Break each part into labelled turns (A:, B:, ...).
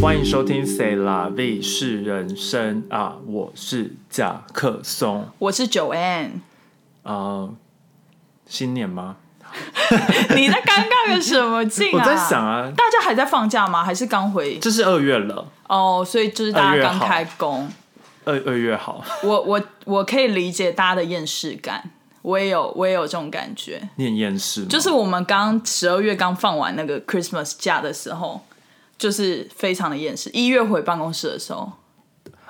A: 欢迎收听《C 啦 V 是人生》啊，我是甲克松。
B: 我是 Joanne，
A: 呃，新年吗？
B: 你在尴尬个什么劲啊？
A: 我在想啊，
B: 大家还在放假吗？还是刚回？
A: 这是二月了，
B: 哦，所以就是
A: 二
B: 大家
A: 月
B: 刚
A: 好
B: 开工。
A: 二二月好，
B: 我我我可以理解大家的厌世感，我也有我也有这种感觉。
A: 念厌世吗，
B: 就是我们刚十二月刚放完那个 Christmas 假的时候，就是非常的厌世。一月回办公室的时候，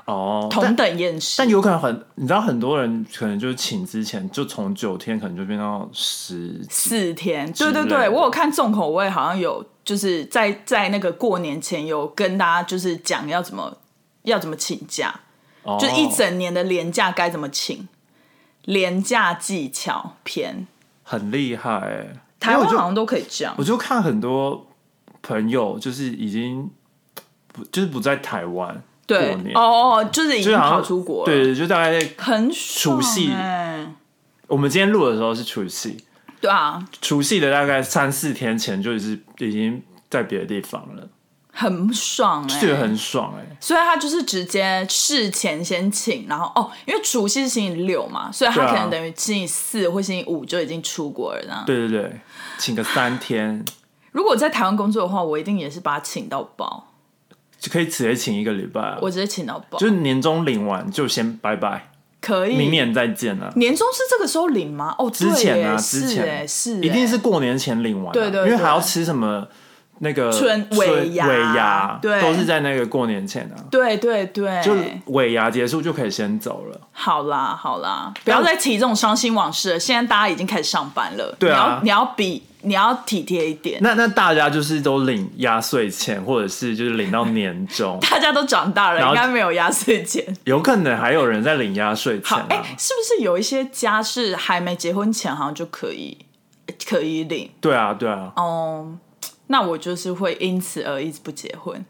A: 哦，
B: 同等厌世
A: 但。有可能很，你知道很多人可能就是请之前就从九天可能就变到十
B: 四天，
A: 之
B: 对对
A: 类
B: 对，
A: 的
B: 我有看重口味，好像有就是在在那个过年前有跟大家就是讲要怎么要怎么请假，
A: 哦
B: 就一整年的廉假该怎么请，廉假技巧篇，
A: 很厉害、欸。
B: 台湾
A: 因为我就
B: 好像都可以这样
A: 我。就看很多朋友就是已经不就是不在台湾过
B: 对
A: 年，，
B: 哦哦，哦就是已
A: 就
B: 经
A: 是好像
B: 跑出国了，
A: 对，就大概
B: 很爽
A: 除夕
B: 欸
A: 我们今天录的时候是除夕，
B: 对啊，
A: 除夕的大概三四天前就是已经在别的地方了，
B: 很爽哎、
A: 就觉得很爽哎、
B: 所以他就是直接事前先请，然后哦，因为除夕是星期六嘛，所以他
A: 对啊
B: 可能等于星期四或星期五就已经出国了这样。
A: 对对对，请个三天
B: 如果我在台湾工作的话，我一定也是把他请到爆，
A: 就可以直接请一个礼拜、啊，
B: 我直接请到爆，
A: 就是年终领完就先拜拜，
B: 可以。
A: 明年再见了、
B: 年终是这个时候领吗？哦，
A: 之前啊
B: 对耶
A: 之
B: 是
A: 前
B: 哎，是耶
A: 一定是过年前领完啊、
B: 对对
A: 因为还要
B: 对
A: 吃什么那个
B: 春尾牙
A: 尾牙，
B: 对哎
A: 都是在那个过年前啊，
B: 对对对，
A: 就尾牙结束就可以先走了。
B: 好啦好啦，不要再提这种伤心往事了。现在大家已经开始上班了，
A: 对啊
B: 你要你要比你要体贴一点，，
A: 那那大家就是都领压岁钱，或者是就是领到年终
B: 大家都长大了，
A: 然后
B: 应该没有压岁钱。
A: 有可能还有人在领压岁钱
B: 好，哎、
A: 啊。
B: 是不是有一些家是还没结婚前好像就可以可以领？
A: 对啊，对啊。
B: 哦、那我就是会因此而一直不结婚，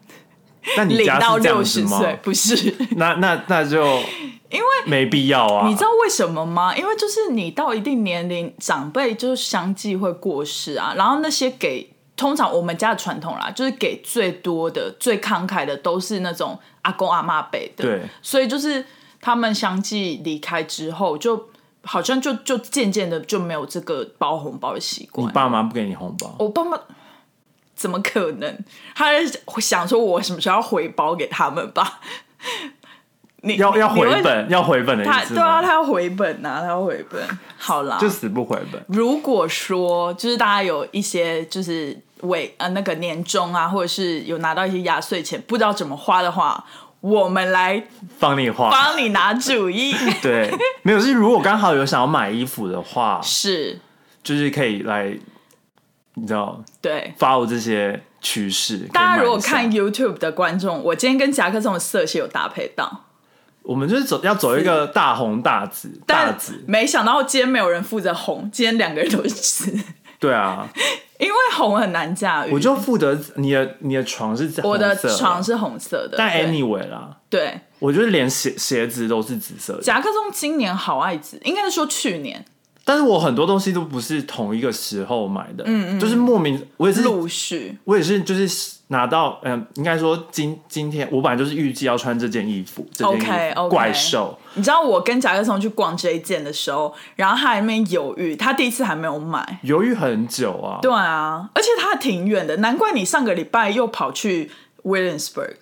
A: 那你
B: 领
A: 家
B: 到
A: 是这样
B: 六
A: 子
B: 十
A: 吗？
B: 岁，不是？
A: 那那那就
B: 因为
A: 没必要啊。
B: 你知道为什么吗？因为就是你到一定年龄，长辈就是相继会过世啊，然后那些给。通常我们家的传统啦，就是给最多的、最慷慨的都是那种阿公阿妈辈的，
A: 对
B: 所以就是他们相继离开之后，就好像就就渐渐的就没有这个包红包的习
A: 你
B: 惯。
A: 爸妈不给你红包，
B: 我爸妈怎么可能？他在想说我什么时候要回包给他们吧？ 你
A: 要
B: 你
A: 要
B: 你
A: 回
B: 会
A: 本，要回本的
B: 他
A: 意思
B: 对
A: 吗？
B: 啊，他要回本呐、啊，他要回本。好啦，
A: 就死不回本。
B: 如果说就是大家有一些就是尾呃那个年终啊，或者是有拿到一些压岁钱，不知道怎么花的话，我们来
A: 帮你花。
B: 帮你拿主 意。
A: 对，没有是如果刚好有想要买衣服的话，
B: 是，
A: 就是可以来，你知道
B: 对。
A: follow 这些趋势。可以
B: 大家如果
A: 买一下
B: 看 YouTube 的观众，我今天跟夹克这种色系有搭配到，
A: 我们就是走要走一个大红大紫大
B: 但
A: 紫，
B: 没想到今天没有人负责红，今天两个人都是紫，
A: 对 啊，
B: 因为红很难驾驭。
A: 我就负责你的你的床是红色
B: 我的床，是红色的，
A: 但
B: 对
A: anyway 啦，
B: 对
A: 我就是连鞋鞋子都是紫色的，
B: 夹克松今年好爱紫，应该是说去年
A: 但是我很多东西都不是同一个时候买的，嗯嗯，就是莫名我也是
B: 陆续
A: 我也是就是拿到嗯、应该说今今天我本来就是预计要穿这件衣服，这件衣服
B: OK，OK
A: 怪兽，
B: 你知道我跟甲克松去逛这一件的时候，然后他还没犹豫，他第一次还没有买。
A: 犹豫很久啊，
B: 对啊，而且他挺远的，难怪你上个礼拜又跑去 Williamsburg，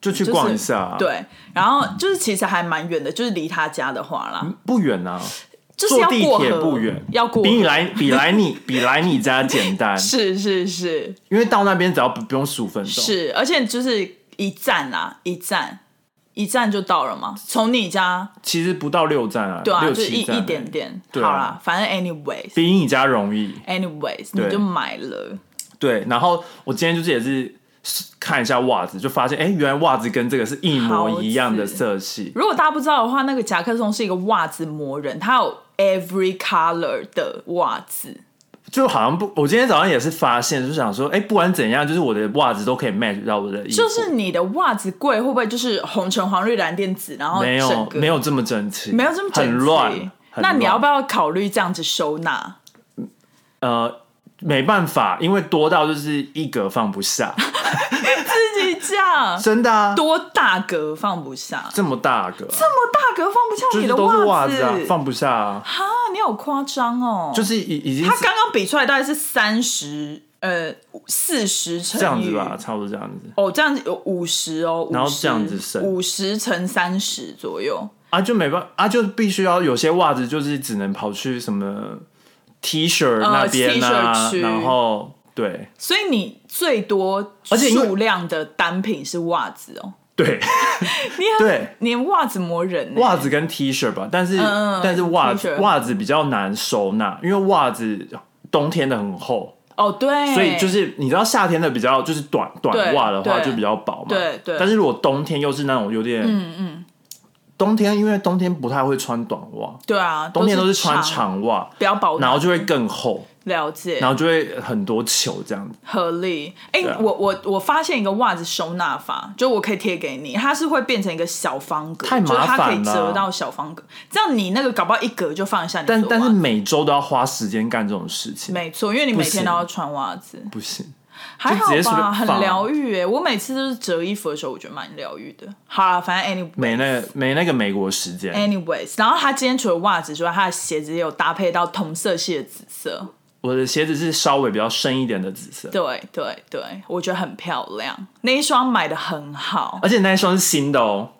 A: 就去
B: 就是
A: 逛一下、啊，，
B: 对，然后就是其实还蛮远的，就是离他家的话啦，
A: 不远啊，
B: 就是
A: 坐
B: 要
A: 地
B: 过
A: 铁
B: 河，
A: 不远，
B: 要过
A: 比你
B: 河，
A: 来比来你比来你家简 单，
B: 是是是
A: 因为到那边只要不不用十五分钟，
B: 是，而且就是一站啦，一站一站就到了嘛，从你家
A: 其实不到六站啊，
B: 对啊，
A: 六
B: 就一
A: 七站、
B: 一点，点，
A: 对啊
B: 好啦，反正 anyways。
A: 比你家容易。
B: Anyways，
A: 对
B: 你就买了，
A: 对，然后我今天就是也是看一下袜子，就发现哎、诶原来袜子跟这个是一模一样的色系，
B: 如果大家不知道的话，那个夹克松是一个袜子魔人，他有 every color 的袜子。
A: 就好像不，我今天早上也是发现，就想说，哎、不管怎样，就是我的袜子都可以 match 到我的衣服，
B: 就是你的袜子柜会不会就是红橙黄绿蓝靛紫，然后
A: 没有
B: 整个
A: 没有这么整齐，
B: 没有这么整齐
A: 很乱。很
B: 那你
A: 乱
B: 要不要考虑这样子收纳？
A: 呃，没办法，因为多到就是一格放不下，
B: 自 己讲，
A: 真的啊，
B: 多大格放不下？
A: 这么大个啊，
B: 这么大格放不下
A: 就
B: 你
A: 是
B: 的
A: 都是袜
B: 子
A: 子啊，放不下啊，
B: 哈，你好夸张哦！
A: 就是已已经
B: 他
A: 是
B: 刚刚比出来大概是三十，呃，四十乘以
A: 这样子吧，。差不多这样子
B: 哦，这样子有五十哦，
A: 然后这样子升
B: 五十乘三十左右，
A: 啊，就没办法啊，就必须要有些袜子就是只能跑去什么 T 恤那边
B: 哦，T 恤
A: 啊，
B: 区
A: 然后对
B: 所以你最多
A: 而且因为
B: 数量的单品是袜子哦，
A: 对
B: 你很
A: 对，
B: 你连袜子磨人欸呢、
A: 袜子跟 T 恤吧，但是
B: 嗯 嗯
A: 但是袜子
B: T 恤
A: 袜子比较难收纳，因为袜子冬天的很厚。
B: 哦，对，
A: 所以就是你知道夏天的比较就是短短袜的话
B: 对
A: 就比较薄嘛，
B: 对对
A: 但是如果冬天又是那种有点，嗯嗯，冬天因为冬天不太会穿短袜，
B: 对啊，
A: 冬天都是穿
B: 长，
A: 长袜，
B: 比较保暖，
A: 然后就会更厚，
B: 了解，
A: 然后就会很多球这样子。
B: 合理。哎、
A: 对啊
B: 我我我发现一个袜子收纳法，就我可以贴给你，它是会变成一个小方格，
A: 太麻烦了
B: 就是它可以折到小方格，这样你那个搞不好一格就放得下你的袜
A: 但
B: 子。
A: 但是每周都要花时间干这种事情，
B: 没错，因为你每
A: 不行
B: 天都要穿袜子，
A: 不行。
B: 还好
A: 直接随
B: 吧，
A: 便
B: 很
A: 放
B: 疗愈哎。我每次都是折衣服的时候，我觉得蛮疗愈的。好啦，反正 anyway。
A: 没那没那个美国时间，
B: Anyways，然后他今天除了袜子之外，他的鞋子也有搭配到同色系的紫色，
A: 我的鞋子是稍微比较深一点的紫色，
B: 对对对，我觉得很漂亮。那一双买的很好，
A: 而且那一双是新的哦，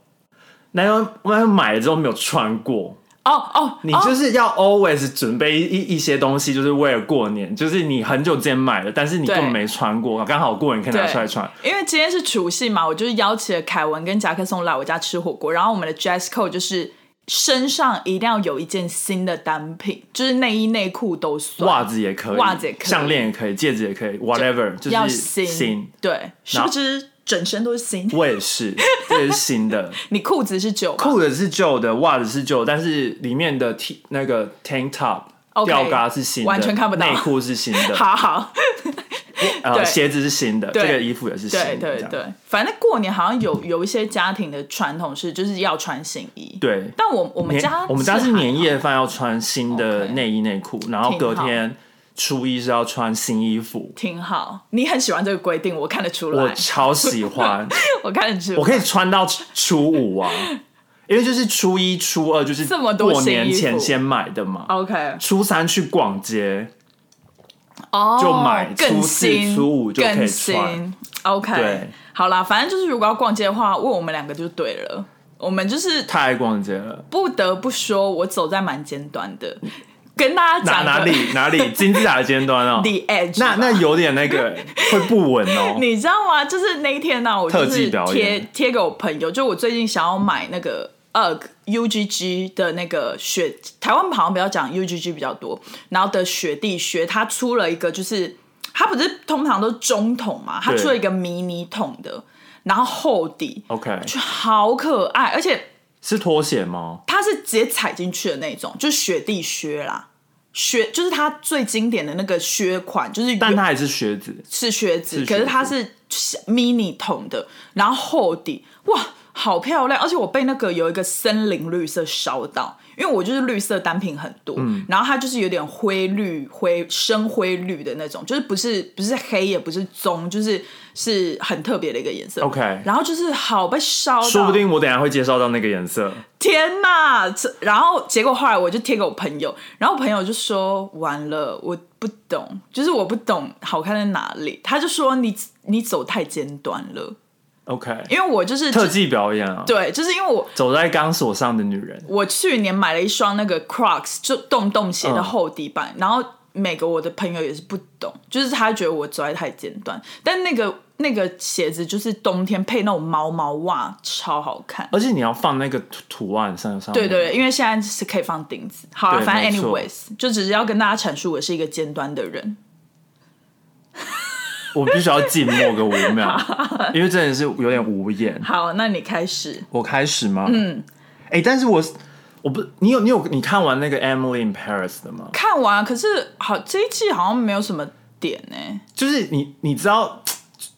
A: 那一双那一双买了之后没有穿过，
B: 哦哦，
A: 你
B: 哦
A: 就是要 always 准备一一些东西，就是为了过年，就是你很久之前买的，但是你
B: 对
A: 根本没穿过，刚好过年可以拿
B: 对
A: 出来穿。
B: 因为今天是除夕嘛，我就是邀请了凯文跟夹克松来我家吃火锅，然后我们的 dress code 就是身上一定要有一件新的单品，就是内衣内裤都算，
A: 袜子也可以，
B: 袜子也可以
A: 项链也可以，戒指也可以，whatever，就
B: 要
A: 是
B: 新，对，殊
A: 然后
B: 不知整身都是新。
A: 我也是，这也是新 的，
B: 你裤子是九吧，
A: 裤子是旧的，袜子是旧，但是里面的 T 那个 tank top。
B: OK，
A: 吊嘎是新的，
B: 完全看不到
A: 内裤是新的，
B: 好好，对
A: 呃，鞋子是新的，这个衣服也是新的
B: 对，对
A: 这样
B: 对，反正过年好像有有一些家庭的传统是就是要穿新衣，
A: 对。
B: 但我我们
A: 年
B: 家
A: 我们家是
B: 还
A: 年夜饭要穿新的
B: OK
A: 内衣内裤，然后
B: 挺
A: 隔
B: 好
A: 天初一是要穿新衣服。
B: 挺好，你很喜欢这个规定，我看得出来，
A: 我
B: 我
A: 超喜欢，
B: 看得出来，
A: 我可以穿到初五啊，因为就是初一、初二就是
B: 这么多
A: 过
B: 新衣
A: 年
B: 服
A: 前先买的嘛，
B: OK
A: 初三去逛街，
B: 哦，
A: 就买
B: 更
A: 初四
B: 新，
A: 初五就可以
B: 更
A: 穿
B: 新。OK，
A: 对
B: 好啦，反正就是如果要逛街的话，问我们两个就对了。我们就是
A: 太爱逛街了。
B: 不得不说，我走在蛮尖端的，跟大家
A: 哪
B: 讲
A: 哪
B: 个，
A: 里哪里金字塔的尖端哦
B: the edge
A: 那
B: 吧
A: 那有点那个会不稳哦。
B: 你知道吗？就是那一天呢、我就
A: 特
B: 是
A: 技表
B: 贴
A: 演
B: 贴给我朋友，就我最近想要买那个 UGG UGG 的那个雪，台湾好像比较讲 UGG 比较多，然后的雪地靴，它出了一个就是它不是通常都是中筒嘛，它
A: 对
B: 出了一个迷你筒的，然后厚底，
A: OK，
B: 就好可爱，而且
A: 是拖鞋吗？
B: 它是直接踩进去的那种，就是雪地靴啦。靴就是它最经典的那个靴款，就是有
A: 但它也是靴子，
B: 是靴子，
A: 是
B: 可是
A: 靴
B: 它
A: 子
B: 是 mini 筒的，然后厚底，哇，好漂亮！而且我被那个有一个森林绿色烧到，因为我就是绿色单品很多，
A: 嗯
B: 然后它就是有点灰绿、灰深灰绿的那种，就是不是不是黑也不是棕，就是是很特别的一个颜色。
A: OK
B: 然后就是好被烧到，
A: 说不定我等一下会介绍到那个颜色。
B: 天呐！这然后结果后来我就贴给我朋友，然后我朋友就说：“完了，我不懂，就是我不懂好看在哪里。”他就说你：“你走太尖端了，
A: OK，
B: 因为我就是
A: 特技表演啊，
B: 对，就是因为我
A: 走在钢索上的女人，
B: 我去年买了一双那个 Crocs 就洞洞鞋的
A: 嗯
B: 厚底板，然后每个我的朋友也是不懂，就是他觉得我走在太尖端，但那个那个鞋子就是冬天配那种毛毛袜，超好看。
A: 而且你要放那个图图案上上
B: 对
A: 面，
B: 对对，因为现在是可以放钉子。好啊，
A: 对
B: 反正
A: 没错
B: anyways，就只是要跟大家阐述我是一个尖端的人。
A: 我必须要静默个五 秒，因为真的是有点无言。
B: 好，那你开始。
A: 我开始吗？嗯，哎、但是我我不，你有你有你看完那个《Emily in Paris》的吗？
B: 看啊完，可是好这一季好像没有什么点呢、欸
A: 就是你你知道，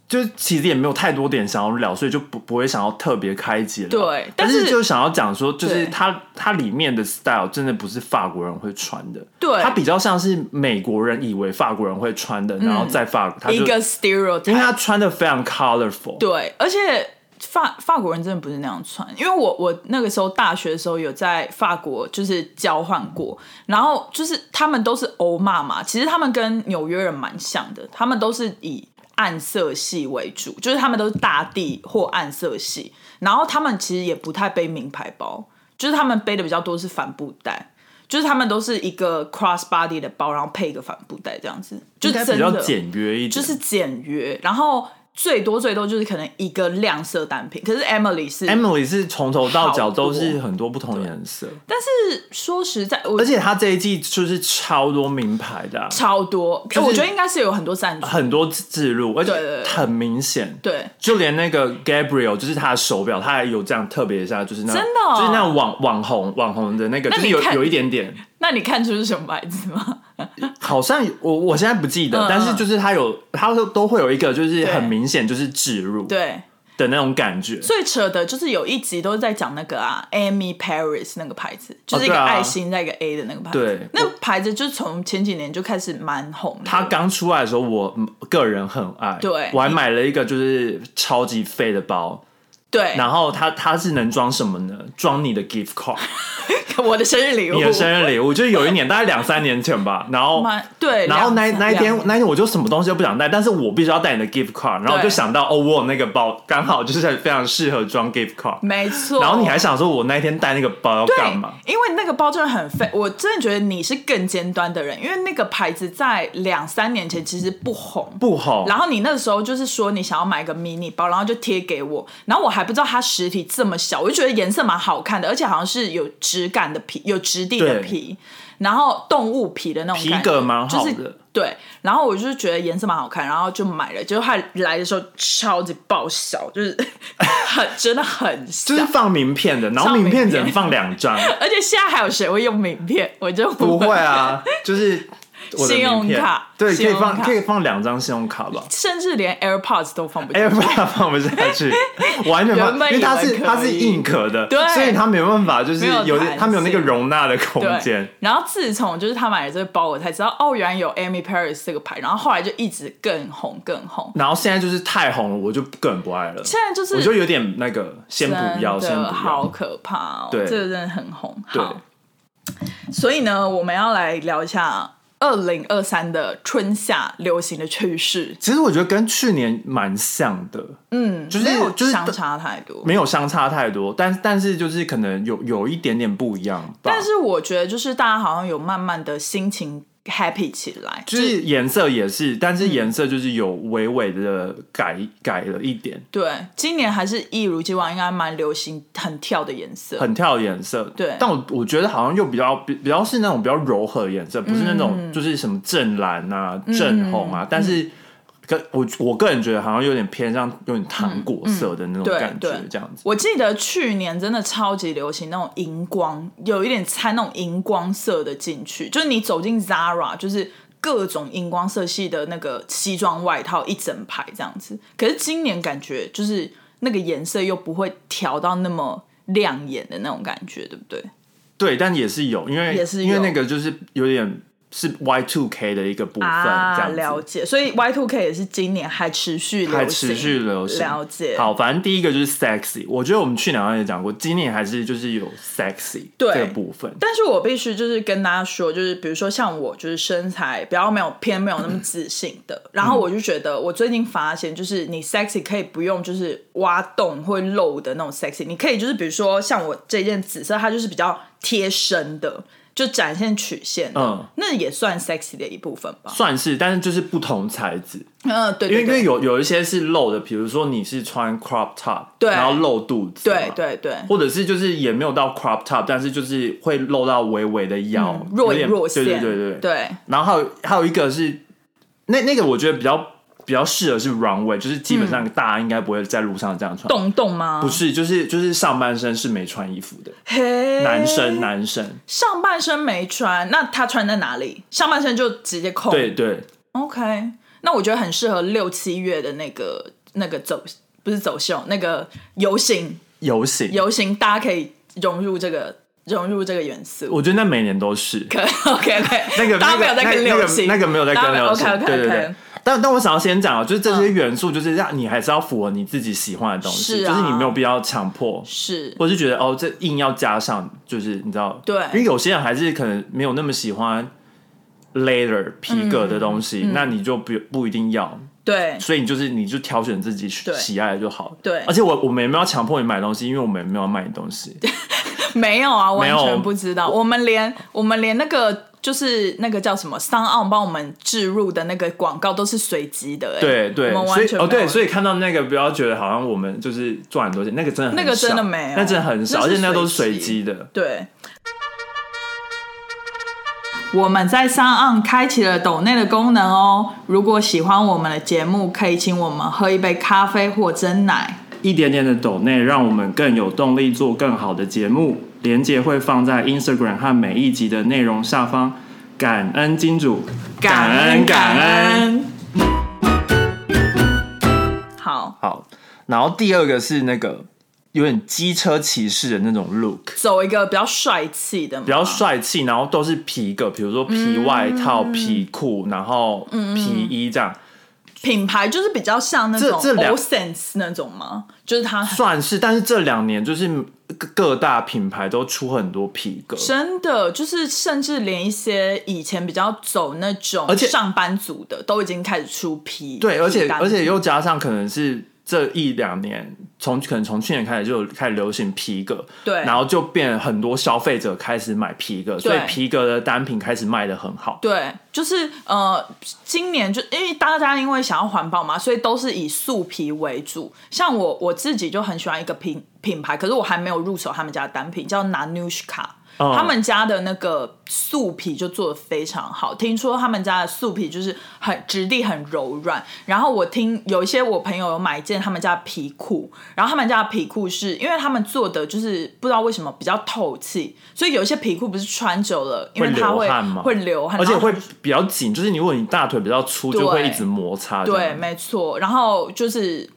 A: 就是其实也没有太多点想要聊，所以就不不会想要特别开解了。
B: 对
A: 但
B: 但是
A: 就想要讲说，就是
B: 对
A: 它它里面的 style 真的不是法国人会穿的，
B: 对
A: 它比较像是美国人以为法国人会穿的，然后在法国，他
B: 嗯一
A: 就
B: 个
A: 因为
B: stereotype。
A: 他穿的非常 colorful，
B: 对，而且法法国人真的不是那样穿，因为我我那个时候大学的时候有在法国就是交换过，然后就是他们都是欧骂嘛，其实他们跟纽约人蛮像的，他们都是以暗色系为主，就是他们都是大地或暗色系，然后他们其实也不太背名牌包，就是他们背的比较多是帆布袋。就是他们都是一个 cross body 的包，然后配一个帆布袋这样子，就
A: 应该
B: 真的
A: 比较简约一点，
B: 就是简约，然后最多最多就是可能一个亮色单品。可是 Emily 是
A: Emily 是从头到脚
B: 好多
A: 都是很多不同的颜色，
B: 但是说实在，我
A: 而且他这一季就是超多名牌的啊、
B: 超多，
A: 就是啊
B: 我觉得应该是有很多赞助，
A: 很多字路，而且
B: 对对对
A: 很明显。
B: 对
A: 就连那个 Gabriel，就是他的手表，他还有这样特别一下，就是那
B: 真的哦
A: 就是那种网网红网红的那个，
B: 那
A: 就是
B: 你
A: 有
B: 看
A: 有一点点，
B: 那你看出是什么牌子 吗？
A: 好像我我现在不记得，
B: 嗯嗯
A: 但是就是他有，他都都会有一个，就是很明显就是置入
B: 对，
A: 的那种感觉。
B: 最扯的就是有一集都是在讲那个啊，Amy Paris 那个牌子，就是一
A: 对
B: 个
A: 啊
B: 爱心在一个 A 的那个牌子，
A: 对
B: 那个牌子就是从前几年就开始蛮红的。
A: 他刚出来的时候，我嗯个人很爱，
B: 对
A: 我还买了一个就是超级废的包，
B: 对，
A: 然后它它是能装什么呢？装你的 gift card，
B: 我的生日礼物，
A: 你的生日礼物，就是有一年大概两三年前吧，然后
B: 蛮对，
A: 然后那
B: 两
A: 那一天
B: 两
A: 那一天我就什么东西都不想带，但是我必须要带你的 gift card，然后我就想到哦，我有那个包刚好就是非常适合装 gift card，
B: 没错，
A: 然后你还想说我那一天带那个包要干嘛？
B: 因为那个包真的很废，我真的觉得你是更尖端的人，因为那个牌子在两三年前其实不红。
A: 不红，
B: 然后你那时候就是说你想要买个迷你包，然后就贴给我，然后我还不知道它实体这么小，我就觉得颜色蛮好看的，而且好像是有质感的皮，有质地的
A: 对
B: 皮，然后动物皮的那种
A: 皮
B: 感觉
A: 革蛮好的
B: 就是对，然后我就觉得颜色蛮好看，然后就买了，结果它来的时候超级爆小，就是 很真的很小，
A: 就是放名片的，然后
B: 放
A: 名
B: 名
A: 片
B: 片
A: 只能放两张，
B: 而且现在还有谁会用名片？我就
A: 不会啊，就是我的
B: 信用
A: 名片
B: 卡
A: 对，可
B: 信
A: 以
B: 用
A: 放
B: 卡
A: 可以放两张信用卡吧。
B: 甚至连 AirPods 都放不进
A: 哎，
B: 去。
A: 不然放不下去，完全放，
B: 原
A: 因
B: 本
A: 为它是
B: 以为可以
A: 它是硬壳的，
B: 对
A: 所以它没办法，就是
B: 没有
A: 有
B: 弹
A: 它没有那个
B: 性
A: 容纳的空间
B: 对。，然后自从就是他买了这个包，我才知道哦，原来有 Amy Paris 这个牌，然后后来就一直更红更红。
A: 然后现在就是太红了，我就更不爱了。
B: 现在就是
A: 我就有点那个，先
B: 真
A: 不要，先不
B: 的好
A: 要。
B: 可怕哦，
A: 对
B: 这个真的很红。
A: 对，
B: 好，所以呢，我们要来聊一下二零二三的春夏流行的趋势。
A: 其实我觉得跟去年蛮像的，
B: 嗯，
A: 就是
B: 没有
A: 就是
B: 相差太多。
A: 没有相差太多，但但是就是可能有有一点点不一样吧。
B: 但是我觉得，就是大家好像有慢慢的心情 happy 起来，
A: 就是颜色也是，但
B: 嗯
A: 是颜色就是有微微的改、改了一点，
B: 对，今年还是一如既往，应该蛮流行很跳的颜色。
A: 很跳的颜色。
B: 对
A: 但我我觉得好像又比较比比较是那种比较柔和的颜色，不是那
B: 嗯
A: 种就是什么正蓝啊、正红啊，但是。可我我个人觉得好像有点偏向有点糖果色的那种
B: 对
A: 感觉
B: 对，
A: 这样子。
B: 我记得去年真的超级流行那种荧光，有一点掺那种荧光色的进去，就是你走进 Zara，就是各种荧光色系的那个西装外套一整排这样子。可是今年感觉就是那个颜色又不会调到那么亮眼的那种感觉，对不对？
A: 对，但也是有，因为
B: 也是有
A: 因为那个就是有点是 Y two K 的一个部分，这
B: 啊，
A: 样子
B: 了解。所以 Y Two K 也是今年还持续流行，
A: 还持续流行。
B: 了解。
A: 好，反正第一个就是 sexy，我觉得我们去年好像也讲过，今年还是就是有 sexy
B: 对
A: 这个部分。
B: 但是我必须就是跟大家说，就是比如说像我，就是身材比较没有偏没有那么自信的，
A: 嗯
B: 然后我就觉得我最近发现，就是你 sexy 可以不用就是挖洞会露的那种 sexy，你可以就是比如说像我这件紫色，它就是比较贴身的，就展现曲线的，
A: 嗯
B: 那也算 sexy 的一部分吧。
A: 算是，但是就是不同材质，
B: 嗯，对
A: 因为
B: 对
A: 因为
B: 对
A: 有有一些是露的，比如说你是穿 crop top，
B: 对
A: 然后露肚子，
B: 对，对对，
A: 或者是就是也没有到 crop top，但是就是会露到微微的腰，
B: 若
A: 有
B: 隐
A: 点
B: 若现，
A: 对对对对。然后还有还有一个是，那那个我觉得比较比较适合是 runway，就是基本上大家应该不会在路上这样穿，
B: 洞洞吗？
A: 不是就是就是上半身是没穿衣服的，
B: 嘿，
A: 男生男生，
B: 上半身没穿，那他穿在哪里？上半身就直接空。
A: 对对
B: OK，那我觉得很适合六七月的那个那个走不是走秀，那个游行
A: 游行，
B: 游行，大家可以融入这个融入这个元素。
A: 我觉得那每年都是
B: 可 OK OK，
A: 那个
B: 大家没有在
A: 那
B: 跟
A: 个
B: 流行，
A: 那个那个没有在跟流行
B: 大家没有 OK，OK，OK
A: 对对对。但但我想要先讲啊，就是这些元素，就是让你还是要符合你自己喜欢的东西，
B: 是啊
A: 就是你没有必要强迫。
B: 是
A: 我是觉得哦，这硬要加上，就是你知道，
B: 对
A: 因为有些人还是可能没有那么喜欢 layer
B: 嗯
A: 皮革的东西，那你就不不一定要，
B: 对
A: 所以你就是你就挑选自己
B: 对
A: 喜爱的就好。
B: 对
A: 而且我我们也没有强迫你买东西，因为我们也没有卖你东西。
B: 没有啊，完
A: 没有
B: 全不知道。我们连我们连那个就是那个叫什么商奥帮我们置入的那个广告都是随机的、欸，
A: 对对
B: 我，们
A: 所
B: 完
A: 以
B: 全
A: 哦
B: 没
A: 对，
B: 有
A: 所以看到那个不要觉得好像我们就是赚很多钱，那个真的很
B: 那个真的
A: 少
B: 没有
A: 那真的很少，
B: 那
A: 而
B: 是
A: 且那都是
B: 随
A: 随
B: 机
A: 机的。
B: 对。我们在上岸开启了抖内的功能哦。如果喜欢我们的节目，可以请我们喝一杯咖啡或蒸奶。
A: 一点点的抖内，让我们更有动力做更好的节目。连接会放在 Instagram 和每一集的内容下方。感恩金主，
B: 感。恩。好，
A: 好，然后第二个是那个有点机车骑士的那种 look，
B: 走一个比较帅气的嘛，
A: 比较帅气，然后都是皮革，比如说皮外套、
B: 嗯
A: 皮裤，然后皮衣这样，
B: 品牌就是比较像那种
A: 这这两
B: o sense 那种吗？就是它
A: 算是。但是这两年就是各各大品牌都出很多皮革，
B: 真的就是，啊甚至连一些以前比较走那种
A: 而且
B: 上班族的，都已经开始出皮。
A: 对，而且
B: 皮单
A: 而且又加上可能是这一两年，从可能从去年开始就有开始流行皮革，
B: 对
A: 然后就变很多消费者开始买皮革，所以皮革的单品开始卖的很好。
B: 对，就是呃，今年就因为大家因为想要环保嘛，所以都是以素皮为主。像我我自己就很喜欢一个品品牌，可是我还没有入手他们家的单品，叫 Nanushka。
A: 嗯
B: 他们家的那个素皮就做的非常好，听说他们家的素皮就是很质地很柔软。然后我听有一些我朋友有买一件他们家的皮裤，然后他们家的皮裤是因为他们做的就是不知道为什么比较透气，所以有一些皮裤不是穿久了，因为它
A: 会
B: 会
A: 流汗吗
B: 会流汗，
A: 而且
B: 然后
A: 会比较紧，就是你如果你大腿比较粗，
B: 对
A: 就会一直摩擦这
B: 对，
A: 样。
B: 没错。然后就是，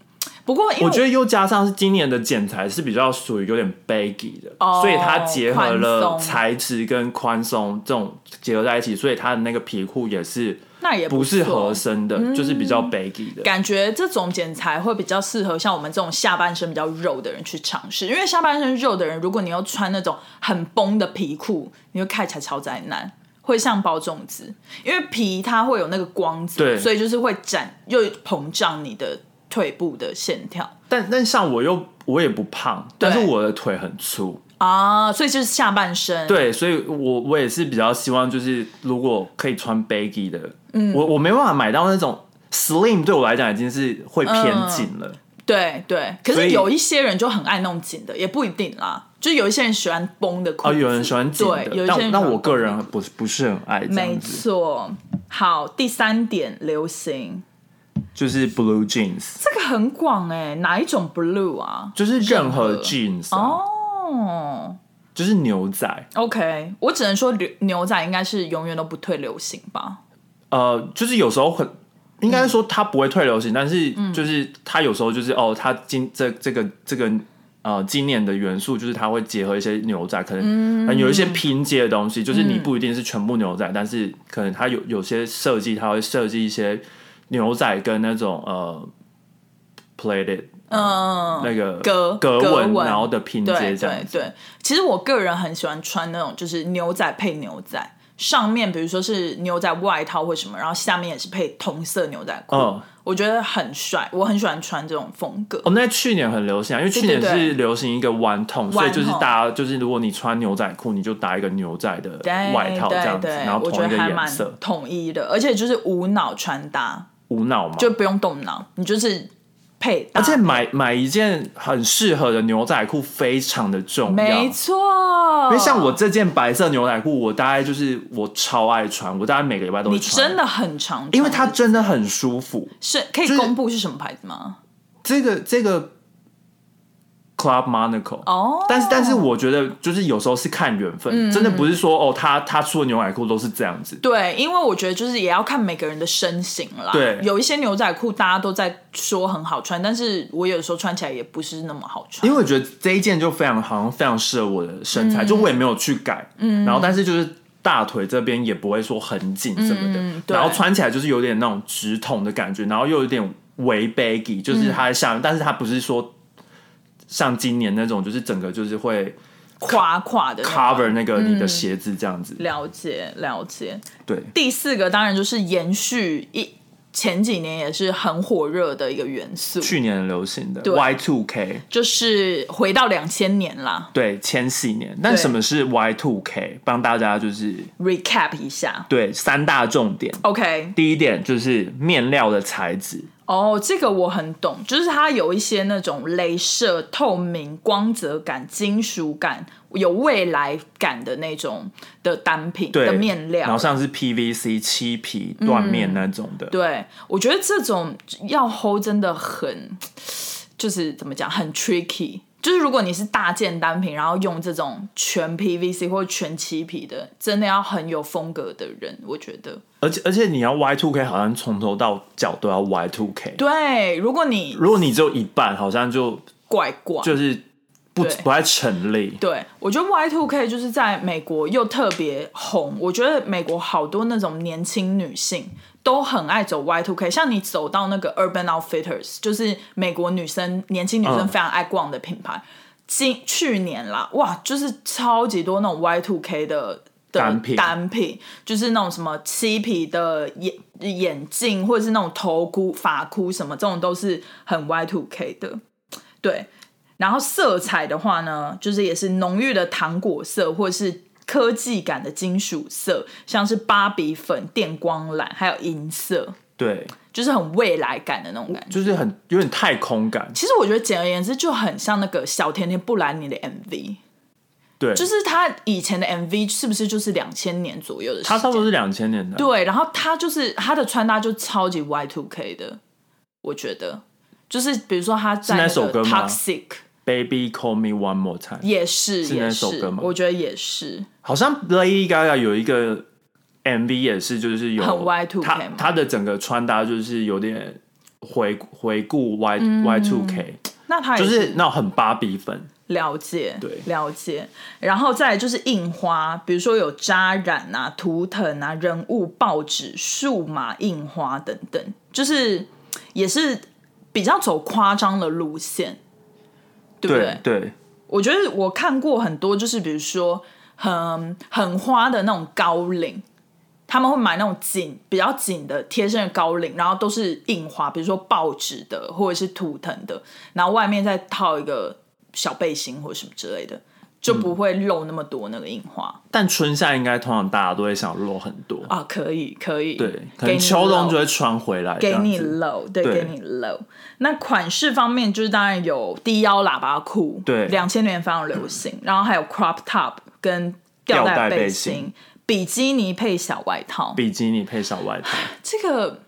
B: 不过因
A: 嗯
B: 为
A: 我觉得又加上是今年的剪裁是比较属于有点 baggy 的，
B: 哦
A: 所以它结合了
B: 宽松
A: 材质跟宽松这种结合在一起，所以它的那个皮裤也是
B: 那也
A: 不是
B: 错嗯
A: 合身的，就是比较 baggy 的。
B: 感觉这种剪裁会比较适合像我们这种下半身比较肉的人去尝试，因为下半身肉的人，如果你要穿那种很崩的皮裤，你会看起来超灾难，会像包粽子，因为皮它会有那个光
A: 对
B: 泽，所以就是会展又膨胀你的腿部的线条
A: 但但像我又我也不胖，
B: 对
A: 但是我的腿很粗，
B: 啊，所以就是下半身
A: 对，所以我我也是比较希望就是如果可以穿 baggy 的，嗯，我我没办法买到那种 slim，对我来讲已经是会
B: 嗯
A: 偏紧了，
B: 对对，可
A: 所
B: 是
A: 以
B: 有一些人就很爱弄紧的，也不一定啦。就有一些人喜欢绷的裤
A: 哦，
B: 子，
A: 有人喜欢紧
B: 对，有
A: 的，
B: 一些人
A: 但
B: 喜
A: 但
B: 欢
A: 我个
B: 绷
A: 人不是不是很爱这
B: 没
A: 样子，
B: 错。好，第三点，流行
A: 就是 blue jeans，
B: 这个很广哎、哪一种 blue 啊？
A: 就是任何
B: 任何
A: jeans，、啊、
B: 哦
A: 就是牛仔，
B: ，OK，我只能说牛牛仔应该是永远都不退流行吧。
A: 呃，就是有时候很。应该说它不会退流行，但是
B: 嗯
A: 就是它有时候就是哦，它今这这个这个呃今年的元素就是它会结合一些牛仔，可能、嗯、有一些拼接的东西，就是
B: 嗯
A: 你不一定是全部牛仔，但是可能它有有些设计，它会设计一些牛仔跟那种呃 plated
B: 嗯，
A: 那个
B: 格
A: 格
B: 格
A: 纹，
B: 纹
A: 然后的拼接
B: 对
A: 这样
B: 对
A: 子。
B: 对，其实我个人很喜欢穿那种就是牛仔配牛仔，上面比如说是牛仔外套或什么，然后下面也是配同色牛仔裤，
A: 嗯
B: 我觉得很帅，我很喜欢穿这种风格。
A: 我们在哦去年很流行、啊，因为去年
B: 对对
A: 是流行一个 one tone，
B: One
A: 所以就是
B: tone
A: 大家就是如果你穿牛仔裤，你就搭一个牛仔的
B: 对
A: 外套这样子，
B: 对对
A: 然后
B: 我
A: 同
B: 觉
A: 一个
B: 得还
A: 颜
B: 蛮
A: 色，
B: 统一的，而且就是无脑穿搭，
A: 无脑嘛。
B: 就不用动脑，你就是配搭
A: 而且
B: 配
A: 买买一件很适合的牛仔裤非常的重要，
B: 没
A: 因
B: 错，
A: 为像我这件白色牛仔裤，我大概就是我超爱穿，我大概每个礼拜都
B: 你
A: 会穿，
B: 真的很常穿，
A: 因为它真的很舒服。
B: 是可以
A: 就是
B: 公布是什么牌子吗？
A: 这个这个 Club Monaco
B: 哦嗯
A: 但是但是我觉得就是有时候是看缘分，真的不是说哦，他他出的牛仔裤都是这样子。
B: 对，因为我觉得就是也要看每个人的身形啦。
A: 对
B: 有一些牛仔裤大家都在说很好穿，但是我有时候穿起来也不是那么好穿。
A: 因为我觉得这一件就非常好像非常适合我的身
B: 嗯
A: 材，就我也没有去改，嗯，然后但是就是大腿这边也不会说很紧什么的，
B: 嗯对
A: 然后穿起来就是有点那种直筒的感觉，然后又有点微 baggy，就是
B: 嗯
A: 它的下面，但是它不是说像今年那种，就是整个就是会
B: 垮垮的那种
A: cover 那个
B: 嗯
A: 你的鞋子这样子，
B: 了解了解。
A: 对，
B: 第四个当然就是延续一前几年也是很火热的一个元素，
A: 去年流行的
B: 对
A: Y Two K，
B: 就是回到两千年啦
A: 对，千禧年。但
B: 对
A: 什么是 Y Two K？帮大家就是
B: ，recap 一下。
A: 对三大重点。
B: OK，
A: 第一点就是面料的材质，
B: 哦，这个我很懂，就是它有一些那种镭射透明、光泽感、金属感、有未来感的那种的单品
A: 对
B: 的面料
A: 然后。像是 PVC 漆皮缎面那种的，
B: 对，我觉得这种要 hold 真的很，就是怎么讲，很 tricky。就是如果你是大件单品，然后用这种全 PVC 或全漆皮的，真的要很有风格的人，我觉得。
A: 而且而且你要 Y Two K，好像从头到脚都要 Y Two K。
B: 对，如果你
A: 如果你只有一半，好像就
B: 怪怪，
A: 就是不
B: 对
A: 不太成立。
B: 对，我觉得 Y Two K 就是在美国又特别红。我觉得美国好多那种年轻女性都很爱走 Y Two K，像你走到那个 Urban Outfitters，就是美国女生年轻女生
A: 嗯
B: 非常爱逛的品牌。今去年啦，哇，就是超级多那种 Y Two K 的。的
A: 单品
B: 单品就是那种什么漆皮的眼眼镜，或者是那种头箍、发箍什么，这种都是很 Y two K 的。对，然后色彩的话呢，就是也是浓郁的糖果色，或者是科技感的金属色，像是芭比粉、电光蓝，还有银色，
A: 对，
B: 就是很未来感的那种感觉。
A: 就是很有点太空感。
B: 其实我觉得简而言之就很像那个小甜甜布兰妮的 MV，
A: 对，
B: 就是她以前的 MV 是不是就是两千年左右的时
A: 它
B: 间？
A: 差不多是两千年的。
B: 对，然后她就是她的穿搭就超级 Y two K 的，我觉得就是比如说她在
A: 是那
B: 那
A: 首歌
B: 个
A: 吗
B: Toxic
A: Baby Call Me One More Time，
B: 也是
A: 是
B: 也
A: 那首
B: 是
A: 歌吗，
B: 我觉得也是。
A: 好像 Lady Gaga 有一个 MV 也是，就是有
B: 很 Y2K
A: 她
B: 吗
A: 她的整个穿搭就是有点回回顾 Y、Y
B: 嗯
A: Two K，
B: 那他也
A: 就是那种很芭比粉，
B: 了解，
A: 对
B: 了解。然后再来就是印花，比如说有扎染啊、图腾啊、人物、报纸、数码印花等等，就是也是比较走夸张的路线，对不
A: 对对
B: 我觉得我看过很多，就是比如说很很花的那种高领，他们会买那种紧比较紧的贴身的高领，然后都是印花，比如说报纸的或者是图腾的，然后外面再套一个小背心或者什么之类的，就不会露那么多那个印花、
A: 但春夏应该通常大家都会想露很多，
B: 啊。可以，可以，
A: 对，可
B: 给
A: 能
B: 你
A: 秋冬
B: 露
A: 就会穿回来，
B: 给你
A: 了，
B: low，对，
A: 对
B: 给你 low。那款式方面，就是当然有低腰喇叭裤，
A: 对
B: 两千年非常流行，然后还有 crop top 跟
A: 吊
B: 吊
A: 带
B: 带
A: 背
B: 背
A: 心
B: 心、比基尼配小外套，
A: 比基尼配小外套，
B: 这个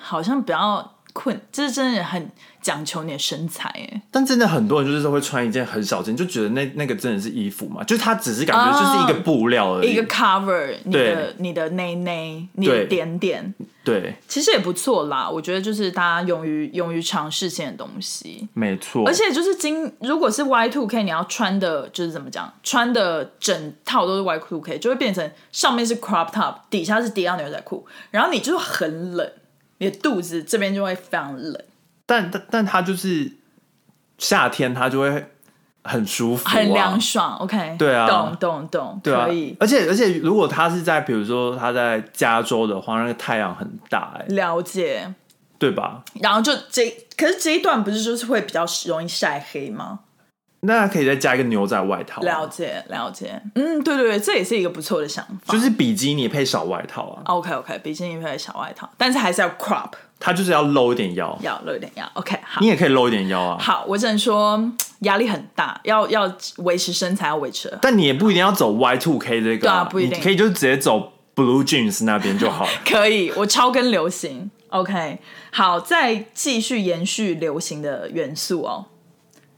B: 好像比较困，这真的很讲求你的身材哎。
A: 但真的很多人就是会穿一件很小件，就觉得那那个真的是衣服嘛，就是它只是感觉就是一个布料而
B: 哦一
A: 已，
B: 个 cover 你
A: 对
B: 的你的内内，你的
A: 对
B: 点点，
A: 对，
B: 其实也不错啦。我觉得就是大家勇于勇于尝试新的东西，
A: 没错，
B: 而且就是今如果是 Y two K，你要穿的就是怎么讲，穿的整套都是 Y two K，就会变成上面是 crop top，底下是低腰牛仔裤，然后你就很冷，你的肚子这边就会非常冷，
A: 但但但它就是夏天，它就会很舒服、啊，
B: 很凉爽。OK，
A: 对啊
B: 懂懂懂，
A: 对啊
B: 可以。
A: 而且而且，如果它是在比如说它在加州的话，那个太阳很大、哎，
B: 了解。
A: 对吧？
B: 然后就这，可是这一段不是就是会比较容易晒黑吗？
A: 那可以再加一个牛仔外套、啊
B: 了解了解，嗯，对对对，这也是一个不错的想法。
A: 就是比基尼配小外套啊，
B: OK OK，比基尼配小外套，但是还是要 crop，
A: 它就是要露一点腰，
B: 要露一点腰。OK，好
A: 你。也可以露一点腰啊，
B: 好，我只能说压力很大，要要维持身材，要维持。
A: 但你也不一定要走 Y two K 这个、
B: 对啊不一定
A: 你可以就直接走 blue jeans 那边就好 了。
B: 可以，我超跟流行。OK，好，再继续延续流行的元素哦。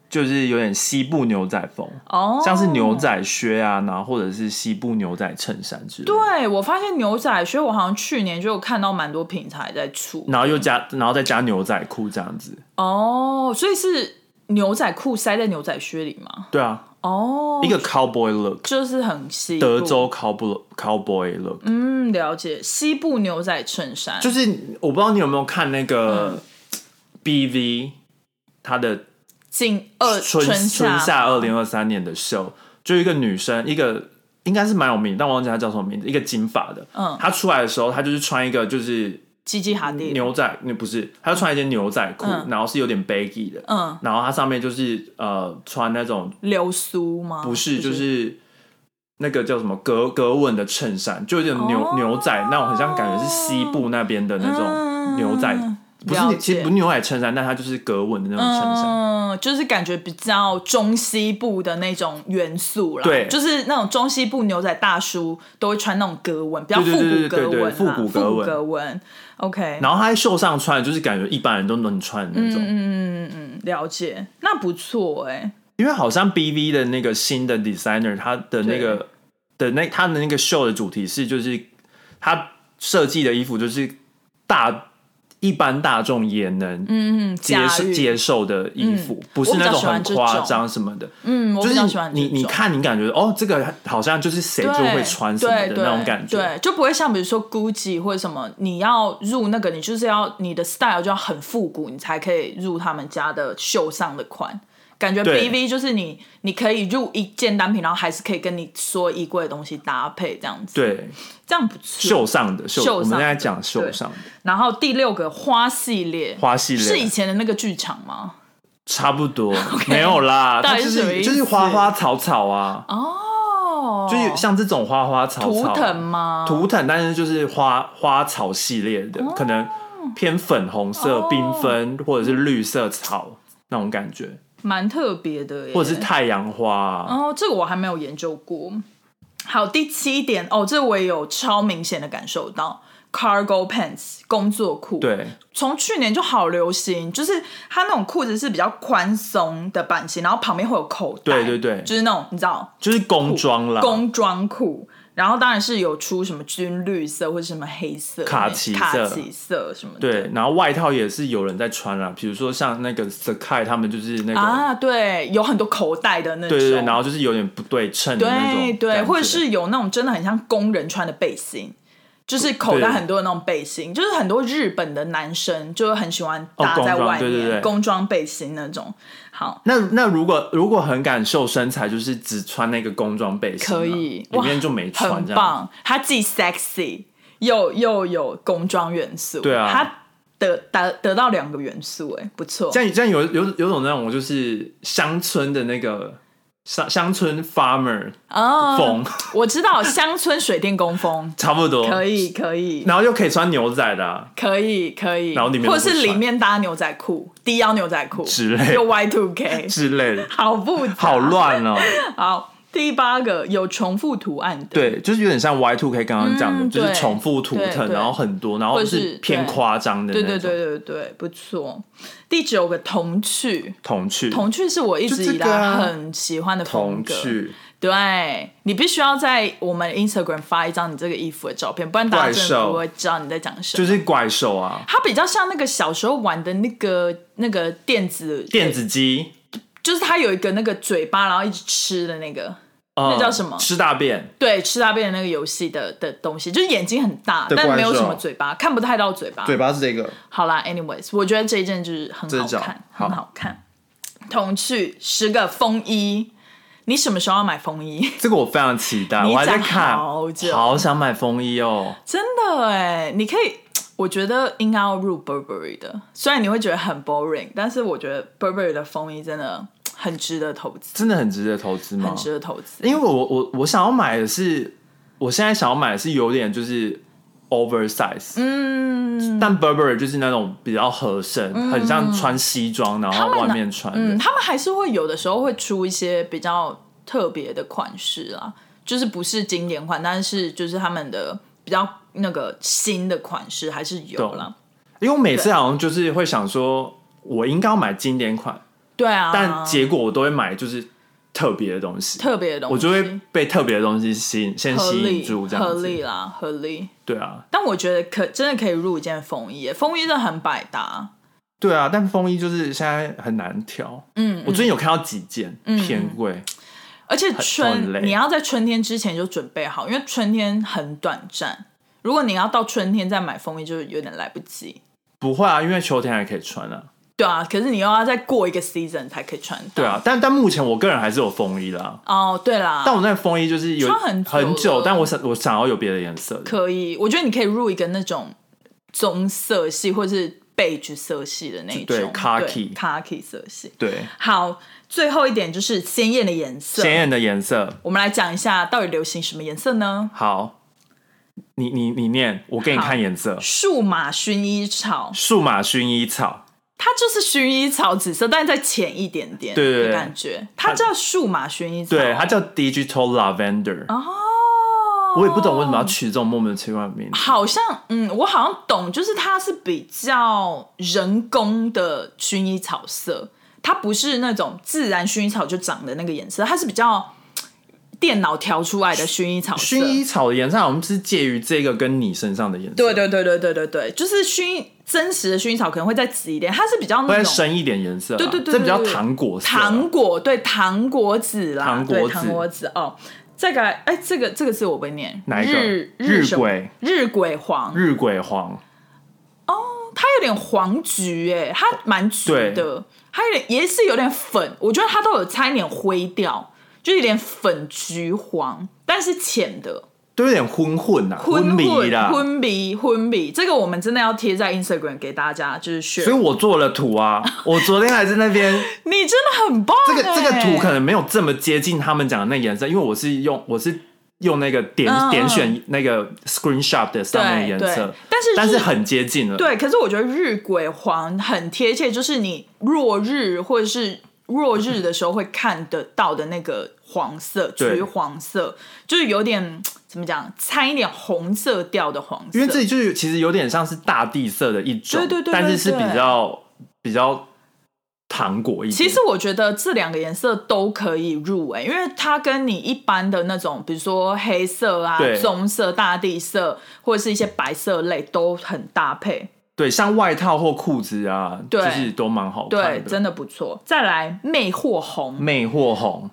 A: 就是有点西部牛仔风，
B: 哦，
A: 像是牛仔靴啊，然后或者是西部牛仔衬衫之类的。
B: 对，我发现牛仔靴，我好像去年就有看到蛮多品牌在出
A: 然后又加，然后再加牛仔裤这样子。
B: 哦，所以是牛仔裤塞在牛仔靴里吗？
A: 对啊，
B: 哦，
A: 一个 cowboy look，
B: 就是很西部
A: 德州 cowboy cowboy look，
B: 嗯，了解西部牛仔衬衫，
A: 就是我不知道你有没有看那
B: 嗯
A: 个 BV 他的
B: 近二
A: 春
B: 夏嗯
A: 春夏二零二三年的秀，就一个女生，一个应该是蛮有名，但我忘记她叫什么名字，一个金发的，
B: 嗯
A: 她出来的时候，她就是穿一个就是
B: 基基哈迪，
A: 牛仔，那不是，她就穿一件牛仔裤，
B: 嗯
A: 然后是有点 baggy 的，
B: 嗯，
A: 然后她上面就是呃穿那种
B: 流苏吗？
A: 不是就是。那个叫什么格格纹的衬衫，就有点牛、
B: 哦
A: 牛仔那种，很像感觉是西部那边的那种牛仔，
B: 嗯
A: 不
B: 了
A: 是
B: 解
A: 其实不是牛仔衬衫，但它就是格纹的那种衬衫。
B: 嗯，就是感觉比较中西部的那种元素啦。
A: 对
B: 就是那种中西部牛仔大叔都会穿那种格纹，比较复
A: 对
B: 古
A: 对对
B: 格
A: 对对
B: 纹啦，
A: 复古格纹
B: 格纹。OK，嗯
A: 然后他在秀上穿的就是感觉一般人都能穿的那种，
B: 了解，那不错哎、
A: 因为好像 BV 的那个新的 designer，他的那个的那他的那个秀的主题是就是他设计的衣服就是大一般大众也能
B: 嗯，
A: 接
B: 驾
A: 受、
B: 驭
A: 接受的衣服，不是那种很夸张什么的，
B: 嗯，我
A: 就
B: 比
A: 是
B: 较喜欢
A: 你
B: 这种
A: 你看你感觉哦，这个好像就是谁就
B: 对
A: 会穿什么
B: 对
A: 的
B: 对
A: 那种感觉，
B: 对，就不会像比如说 GUCCI 或者什么，你要入那个，你就是要你的 style 就要很复古，你才可以入他们家的秀上的款。感觉
A: 对
B: BV 就是你，你可以入一件单品，然后还是可以跟你所有衣柜的东西搭配这样子，
A: 对
B: 这样不错。
A: 秀上的秀，
B: 秀上
A: 我
B: 的
A: 们现在讲秀
B: 对
A: 上的
B: 然后第六个花系列，
A: 花系列
B: 是以前的那个剧场吗？
A: 差不 多没有啦，
B: 到
A: 它
B: 底
A: 就是
B: 什么意
A: 是
B: 思
A: 就是花花草草啊，
B: 哦，
A: 就是像这种花花草
B: 图
A: 草
B: 腾吗？
A: 图腾，但是就是花花草系列的，可能偏粉红色、
B: 哦
A: 缤纷或者是绿色草那种感觉，
B: 蛮特别的耶，
A: 或者是太阳花啊。
B: 哦，这个我还没有研究过。好，第七点哦，这我也有超明显的感受到，cargo pants 工作裤，，
A: 对，
B: 从去年就好流行，就是它那种裤子是比较宽松的版型，然后旁边会有口袋，
A: 对对对
B: 就是那种你知道
A: 就是工装啦，
B: 工装裤，然后当然是有出什么军绿色或者什么黑色、
A: 卡其色
B: 卡其色什么的，
A: 对，然后外套也是有人在穿啦，比如说像那个 Sky 他们就是那个，
B: 啊，对，有很多口袋的那种，
A: 对对对，然后就是有点不对称的那种
B: 对
A: 感觉，
B: 对，或者是有那种真的很像工人穿的背心，就是口袋
A: 对
B: 很多的那种背心，就是很多日本的男生就是很喜欢
A: 哦
B: 搭
A: 工
B: 在
A: 装
B: 外面、
A: 对对对
B: 工装背心那种。好，
A: 那那如果如果很敢秀身材，就是只穿那个工装背心啊，
B: 可以，
A: 里
B: 哇
A: 面就没穿
B: 很
A: 这样。
B: 棒，它既 sexy 又又有工装元素，
A: 对啊
B: 它得得得到两个元素，哎，不错。
A: 这样这样有有有种那种就是乡村的那个乡乡村 farmer
B: 啊，
A: 风，，
B: 我知道乡村水电工风
A: 差不多。
B: 可以可以
A: 然后又可以穿牛仔的啊、
B: 可以可以，
A: 然后里面都
B: 或
A: 不
B: 者是里
A: 穿
B: 面搭牛仔裤、低腰牛仔 裤
A: 之类
B: 就 Y two K，
A: 之类的，
B: 好复杂
A: 好。乱哦。
B: 好，第八个有重复图案的，，
A: 对，就是有点像 Y two K 刚刚讲的，
B: 嗯
A: 就是
B: 对
A: 重复图
B: 对
A: 腾，
B: 对
A: 然后很多，然后
B: 或
A: 就
B: 者是
A: 是偏夸张的那
B: 对
A: 种。
B: 对对对对，不错。第九个童趣，
A: 童趣，
B: 童趣是我一直以
A: 就这个
B: 来
A: 啊
B: 很喜欢的
A: 童
B: 风格。
A: 趣，
B: 对你必须要在我们 Instagram 发一张你这个衣服的照片，不然大家真
A: 怪
B: 的
A: 兽
B: 不会知道你在讲什
A: 就
B: 么。
A: 是怪兽啊，
B: 它比较像那个小时候玩的那个那个电子，
A: 电子鸡，
B: 就是它有一个那个嘴巴，然后一直吃的那个。
A: 那
B: 叫什么
A: 呃吃大便。
B: 对，吃大便的那个游戏的的东西，就是眼睛很大，
A: 的
B: 但没有
A: 怪兽
B: 什么嘴巴，看不太到嘴巴。
A: 嘴巴是这个，
B: 好啦，anyways，我觉得这一件就是很
A: 这
B: 好
A: 一种
B: 看，
A: 好
B: 很好看。童趣十个风衣，你什么时候要买风衣？
A: 这个我非常期待，
B: 你
A: 我还在
B: 讲
A: 看，
B: 好久
A: 好想买风衣哦。
B: 真的哎，你可以，我觉得应该要入 Burberry 的，虽然你会觉得很 boring，但是我觉得 Burberry 的风衣真的很值得投资，
A: 真的很值得投资吗
B: 很？值得投资。
A: 因为我我我想要买的是，我现在想要买的是有点就是 oversize，嗯，但 Burberry 就是那种比较合身，很像穿西装然后外面穿的，
B: 嗯，他们还是会有的时候会出一些比较特别的款式啊，就是不是经典款，但是就是他们的比较那个新的款式还是有啦。
A: 因为我每次好像就是会想说，我应该要买经典款，
B: 对啊，
A: 但结果我都会买就是特别的东西，
B: 特别的东西，
A: 我就会被特别的东西吸引，先
B: 合
A: 吸引
B: 理
A: 住这样
B: 合理
A: 子。
B: 啦，合理。
A: 对啊，
B: 但我觉得可真的可以入一件风衣耶，风衣真的很百搭。
A: 对啊，但风衣就是现在很难挑。
B: 嗯，
A: 我最近有看到几件偏贵，
B: 而且
A: 很
B: 春
A: 累
B: 你要在春天之前就准备好，因为春天很短暂。如果你要到春天再买风衣，就是有点来不及。
A: 不会啊，因为秋天还可以穿啊。
B: 对啊，可是你又要再过一个 season 才可以穿到。
A: 对啊，但但目前我个人还是有风衣啦。
B: 哦，对啦，
A: 但我那个风衣就是有
B: 穿很久
A: 很久，
B: 了
A: 但我想我想要有别的颜色的。
B: 可以，我觉得你可以入一个那种棕色系或是 beige 色系的那一种，
A: 对，khaki
B: 对 khaki 色系。
A: 对，
B: 好，最后一点就是鲜艳的颜色。
A: 鲜艳的颜色。
B: 我们来讲一下到底流行什么颜色呢？
A: 好，你你你念，我给你
B: 好
A: 看颜色。
B: 数码薰衣草，
A: 数码薰衣草，
B: 它就是薰衣草紫色，但是再浅一点点
A: 对对对
B: 的感觉。它叫数码薰衣草，
A: 对，它叫 Digital Lavender。
B: 哦，
A: 我也不懂为什么要取这种莫名其妙的名字。
B: 好像嗯，我好像懂，就是它是比较人工的薰衣草色，它不是那种自然薰衣草就长的那个颜色，它是比较嘖电脑调出来的薰衣草色。
A: 薰衣草的颜色好像是介于这个跟你身上的颜色，
B: 对，对对对对对对，就是薰衣真实的薰衣草可能会再紫一点，它是比较
A: 会
B: 那
A: 再
B: 种
A: 深一点颜色啊，
B: 对对对
A: 这比较
B: 对对
A: 糖果色啊，
B: 糖果，对糖果籽啦，
A: 糖果
B: 对
A: 籽
B: 糖果籽哦。这个哎，这个这个字我不会念，
A: 哪一个
B: 日
A: 日
B: 什么
A: 晷
B: 日晷黄，
A: 日晷黄，
B: 它有点黄橘、哎，它蛮橘的，它有点也是有点粉，我觉得它都有掺一点灰调，就有点粉橘黄，但是浅的
A: 都有点昏混呐、啊，
B: 昏
A: 迷
B: 混
A: 啦。
B: 昏迷昏迷，这个我们真的要贴在 Instagram 给大家，就是选
A: 所以我做了图啊，我昨天还在那边，
B: 你真的很棒、
A: 这个
B: 哎
A: 这个图可能没有这么接近他们讲的那颜色，因为我是用我是用那个点、
B: 嗯嗯
A: 点选那个 screenshot 的上面的颜
B: 对
A: 色
B: 对，但是
A: 但是
B: 日
A: 很接近了，
B: 对，可是我觉得日晷黄很贴切，就是你落日或者是落日的时候会看得到的那个黄色，
A: 对
B: 橘黄色，就是有点怎么讲，掺一点红色调的黄色。
A: 因为这里就是其实有点像是大地色的一种，
B: 对对对对
A: 但是是
B: 对
A: 比较比较糖果一点。
B: 其实我觉得这两个颜色都可以入欸围、因为它跟你一般的那种，比如说黑色啊
A: 对、
B: 棕色、大地色，或者是一些白色类都很搭配。
A: 对，像外套或裤子啊，
B: 对
A: 就是都蛮好看的。
B: 对，真的不错。再来，魅惑红，
A: 魅惑红，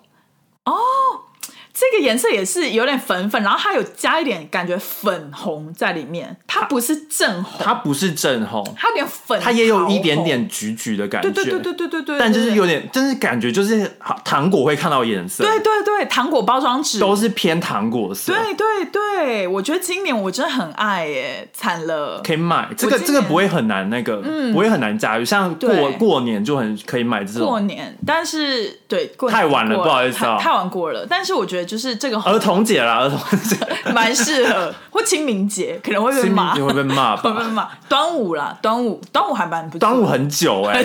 B: 这个颜色也是有点粉粉，然后它有加一点感觉粉红在里面，它不是正红，
A: 它不是正红，
B: 它有点粉，
A: 它也有一点，点橘橘的感觉。
B: 对对对对对对对，
A: 但就是有
B: 点，
A: 点，就是感觉就是糖果会看到颜色，
B: 对对对，糖果包装纸，
A: 都是偏糖果色，
B: 对对对，我觉得今年我真的很爱耶，惨了，
A: 可以买。这个
B: 今
A: 这个
B: 年嗯
A: 不会很难，那个、不会很难驾驭。像过
B: 对
A: 过年就很可以买这
B: 过
A: 种
B: 年，但是对过年
A: 太晚了
B: 过
A: 不好意思啊
B: 太太晚过了，但是我觉得就是这个红
A: 儿童节啦，儿童 节，
B: 蛮适合，或清明节可能会被
A: 呃清明
B: 骂，
A: 节会被骂
B: 会被
A: 吧？
B: 骂，端午啦，端午端午还蛮不错，
A: 端午很久 哎、
B: 很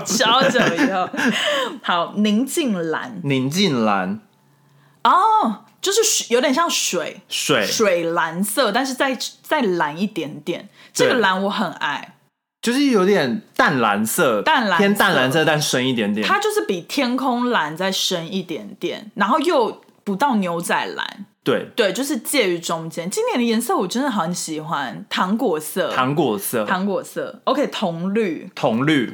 B: 久，小久以后。好，宁静蓝
A: 宁静蓝
B: 哦，就是水有点像水，
A: 水
B: 水蓝色，但是再再蓝一点点。这个
A: 对
B: 蓝我很爱，
A: 就是有点淡蓝色，
B: 淡蓝色
A: 偏淡蓝色，但深一点点。
B: 它就是比天空蓝再深一点点，然后又不到牛仔蓝，
A: 对，
B: 对，就是介于中间。今年的颜色我真的很喜欢，糖果色，
A: 糖果色，
B: 糖果色，OK，铜绿
A: 铜绿，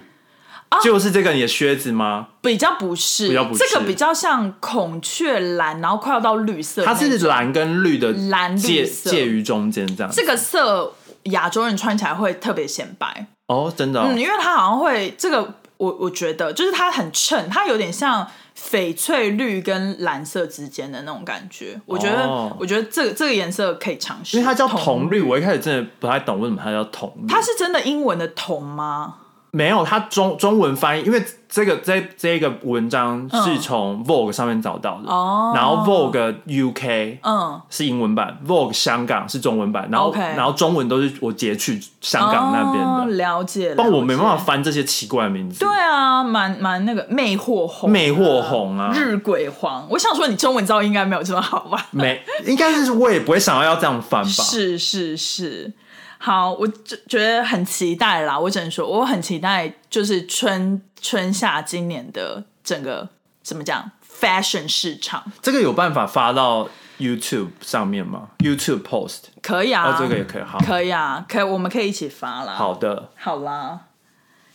B: 哦
A: 就是这个你的靴子吗？
B: 比较不是，
A: 比较不是
B: 这个比较像孔雀蓝，然后快要到绿色，
A: 它是蓝跟绿的
B: 蓝绿
A: 介
B: 色
A: 介于中间这样。
B: 这个色亚洲人穿起来会特别显白，
A: 哦，真的哦、
B: 嗯，因为它好像会这个，我我觉得就是它很衬，它有点像翡翠绿跟蓝色之间的那种感觉。我觉得，
A: 哦
B: 我觉得这个这个颜色可以尝试，
A: 因为它叫
B: 铜
A: 铜绿，我一开始真的不太懂为什么它叫铜绿。
B: 它是真的英文的铜吗？
A: 没有它中中文翻译，因为这个这这个文章是从 Vogue 上面找到的，
B: 嗯哦
A: 然后 Vogue UK
B: 嗯，
A: 是英文版，Vogue 香港是中文版，然后
B: OK
A: 然后中文都是我截去香港那边
B: 哦、
A: 的，
B: 了解，
A: 不然我没办法
B: 了解。
A: 翻这些奇怪的名字。
B: 对啊，蛮蛮那个魅惑红啊，
A: 魅惑红啊
B: 日晷黄。我想说，你中文造诣应该没有这么好吧？
A: 没，应该是我也不会想要要这样翻吧。
B: 是是是，好，我就觉得很期待啦。我只能说，我很期待，就是春春夏今年的整个怎么讲，fashion 市场
A: 这个有办法发到 YouTube 上面吗？YouTube post
B: 可以啊，
A: 哦，这个也可以，好，
B: 可以啊，可以，我们可以一起发啦。
A: 好的，
B: 好啦，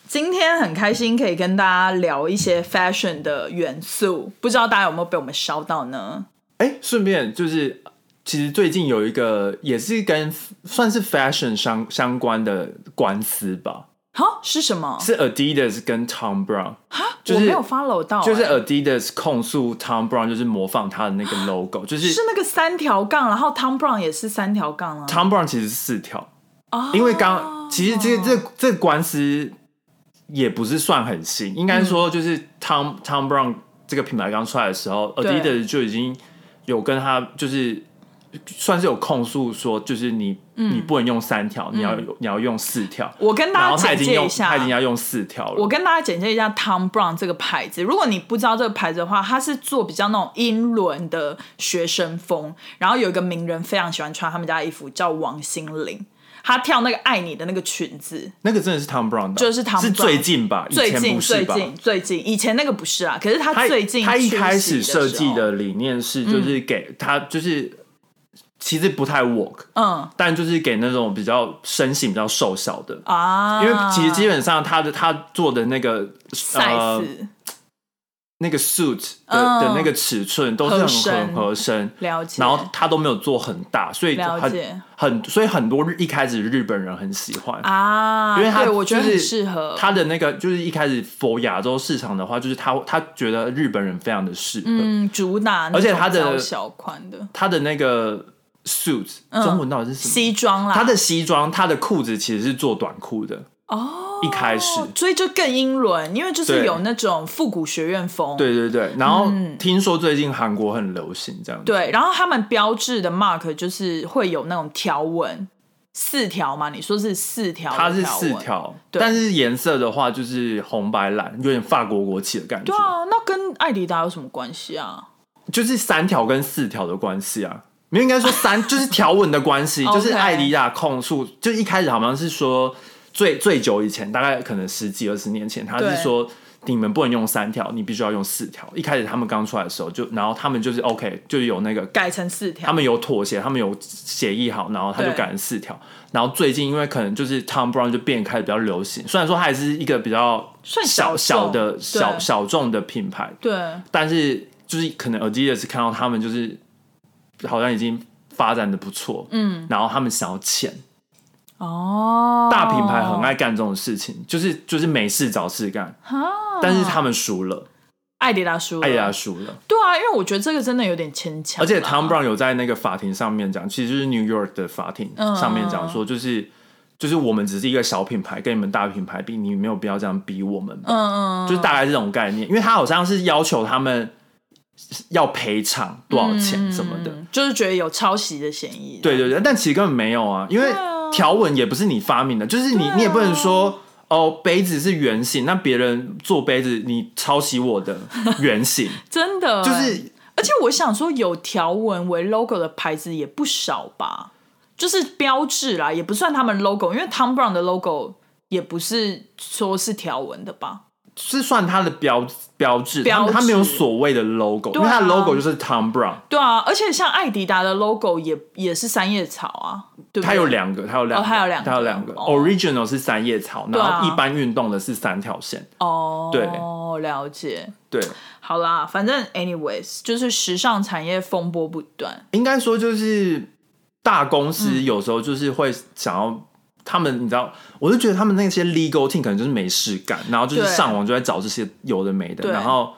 B: 今天很开心可以跟大家聊一些 fashion 的元素，不知道大家有没有被我们烧到呢？
A: 哎，顺便就是，其实最近有一个也是跟算是 fashion 相相关的官司吧，
B: 好，是什么？
A: 是 Adidas 跟 Tom Brown，就
B: 我
A: 是
B: 没有 follow 到、
A: 就是
B: 欸
A: Adidas 控诉 Tom Brown 就是模仿他的那个 logo，就是
B: 是那个三条杠，然后 Tom Brown 也是三条杠啊。
A: Tom Brown 其实是四条，
B: 哦
A: 因为刚其实这这这官司也不是算很新，应该
B: 嗯
A: 说就是 Tom、Tom Brown 这个品牌刚出来的时候
B: 对
A: ，Adidas 就已经有跟他就是算是有控诉说，就是你、你不能用三条，你要有你要用四条。
B: 嗯我跟
A: 然
B: 大
A: 后他
B: 家
A: 已
B: 简
A: 经
B: 介
A: 用
B: 一下，
A: 他已经要用四条
B: 我
A: 了。
B: 跟大家简介一下 Tom Brown 这个牌子。如果你不知道这个牌子的话，它是做比较那种英伦的学生风。然后有一个名人非常喜欢穿他们家的衣服，叫王心凌。她跳那个爱你的那个裙子，
A: 那个真的是 Tom Brown 的，啊
B: 就是 Tom
A: 是
B: Brown
A: 最近吧，以
B: 最
A: 前
B: 近
A: 不是
B: 最
A: 吧？
B: 近最近，以前那个不是啊，可是她
A: 他
B: 最近
A: 他一
B: 出
A: 开
B: 席
A: 始设计
B: 时候，
A: 的理念是，就是给他就是其实不太 work，
B: 嗯
A: 但就是给那种比较身形比较瘦小的，
B: 啊，
A: 因为其实基本上他的他做的那个呃
B: size
A: 那个 suit 的、
B: 嗯
A: 的那个尺寸都是
B: 合
A: 很
B: 身
A: 很合身，
B: 了解，
A: 然后他都没有做很大，所以
B: 了
A: 很
B: 解
A: 很所以很多日一开始日本人很喜欢。
B: 啊，
A: 因为他
B: 对我觉得
A: 就是
B: 很适合
A: 他的那个就是一开始佛亚洲市场的话，就是他他觉得日本人非常的适合，
B: 嗯，主打那
A: 而且
B: 种
A: 它的
B: 较小款的
A: 他的那个 suit 中文到底是什么？
B: 嗯西装啦，
A: 他的西装，他的裤子其实是做短裤的哦，一开始。
B: 所以就更英伦，因为就是
A: 对
B: 有那种复古学院风。
A: 对对对，然后听说最近韩国很流行这样子，
B: 嗯对然后他们标志的 mark 就是会有那种条纹，四条嘛？你说是四条？
A: 它是四。条，
B: 对
A: 但是颜色的话就是红白蓝，有点法国国旗的感觉
B: 对，啊，那跟艾迪达有什么关系啊？
A: 就是三条跟四条的关系啊，没有应该说 三就是条纹的关系，就是
B: OK
A: 艾迪达控诉，就一开始好像是说最最久以前，大概可能十几二十年前，他
B: 对
A: 是说。你们不能用三条，你必须要用四条。一开始他们刚出来的时候就，然后他们就是 OK，就是有那个
B: 改成四
A: 他
B: 条。
A: 们有妥协，他们有协议好，然后他就
B: 对
A: 改成四条。然后最近因为可能就是 Tom Brown 就变开始比较流行，虽然说它还是一个比较
B: 算
A: 小
B: 小
A: 小
B: 众
A: 的
B: 对
A: 小小众的品牌，
B: 对，
A: 但是就是可能 Adidas 看到他们就是好像已经发展的不错，嗯，然后他们想要钱，
B: 哦，
A: 大品牌很爱干这种事情，就是就是没事找事干，
B: 啊
A: 但是他们输了，
B: 哦艾迪达输了，
A: 艾迪达输了。
B: 对啊，因为我觉得这个真的有点牵
A: 哎
B: 强啦，啊
A: 而且 Tom Brown 有在那个法庭上面讲，其实就是 New York 的法庭
B: 嗯
A: 上面讲说，就是、就是我们只是一个小品牌，跟你们大品牌比，你没有必要这样逼我们，
B: 嗯嗯，
A: 就是大概这种概念。因为他好像是要求他们要赔偿多少钱什么的，
B: 嗯就是觉得有抄袭的嫌疑。
A: 对对对，但其实根本没有啊，因为
B: 对啊
A: 条纹也不是你发明的，就是你、
B: 对啊
A: 你也不能说。哦，杯子是圆形，那别人做杯子，你抄袭我 的圆形，
B: 真的欸
A: 就是
B: 而且我想说，有条纹为 logo 的牌子也不少吧，就是标志啦，也不算他们 logo，因为 Tom Brown 的 logo 也不是说是条纹的吧？
A: 是算它的标标志，它
B: 标志
A: 它没有所谓的 logo，、因
B: 啊
A: 为它的 logo 就是 Tom Brown，
B: 对啊，而且像艾迪达的 logo 也也是三叶草啊，对不对？
A: 它有两个，它有两
B: 哦
A: 个，
B: 它有两个
A: 它有两个、
B: 哦
A: o r i g i n a l 是三叶草，
B: 对
A: 然
B: 啊
A: 后一般运动的是三条线，
B: 哦，
A: 对
B: 了解。
A: 对，
B: 好啦，反正 anyways，就是时尚产业风波不断，
A: 应该说就是大公
B: 嗯
A: 司有时候就是会想要。他们，你知道，我就觉得他们那些 legal team 可能就是没事干，然后就是
B: 对
A: 上网就在找这些有的没
B: 对
A: 的，然后，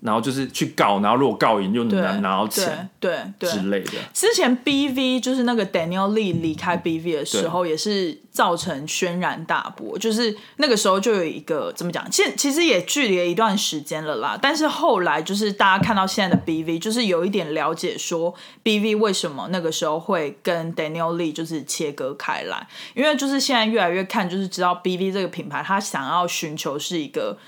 A: 然后就是去告，然后如果告赢就
B: 对，
A: 拿拿到钱
B: 对对
A: 之
B: 对。
A: 类的。
B: 之前 BV 就是那个 Daniel Lee 离开 BV 的时候，也是造成轩然大波。就是那个时候就有一个怎么讲，现其实也距离了一段时间了啦。但是后来就是大家看到现在的 BV，就是有一点了解说 BV 为什么那个时候会跟 Daniel Lee 就是切割开来，因为就是现在越来越看，就是知道 BV 这个品牌，它想要寻求是一个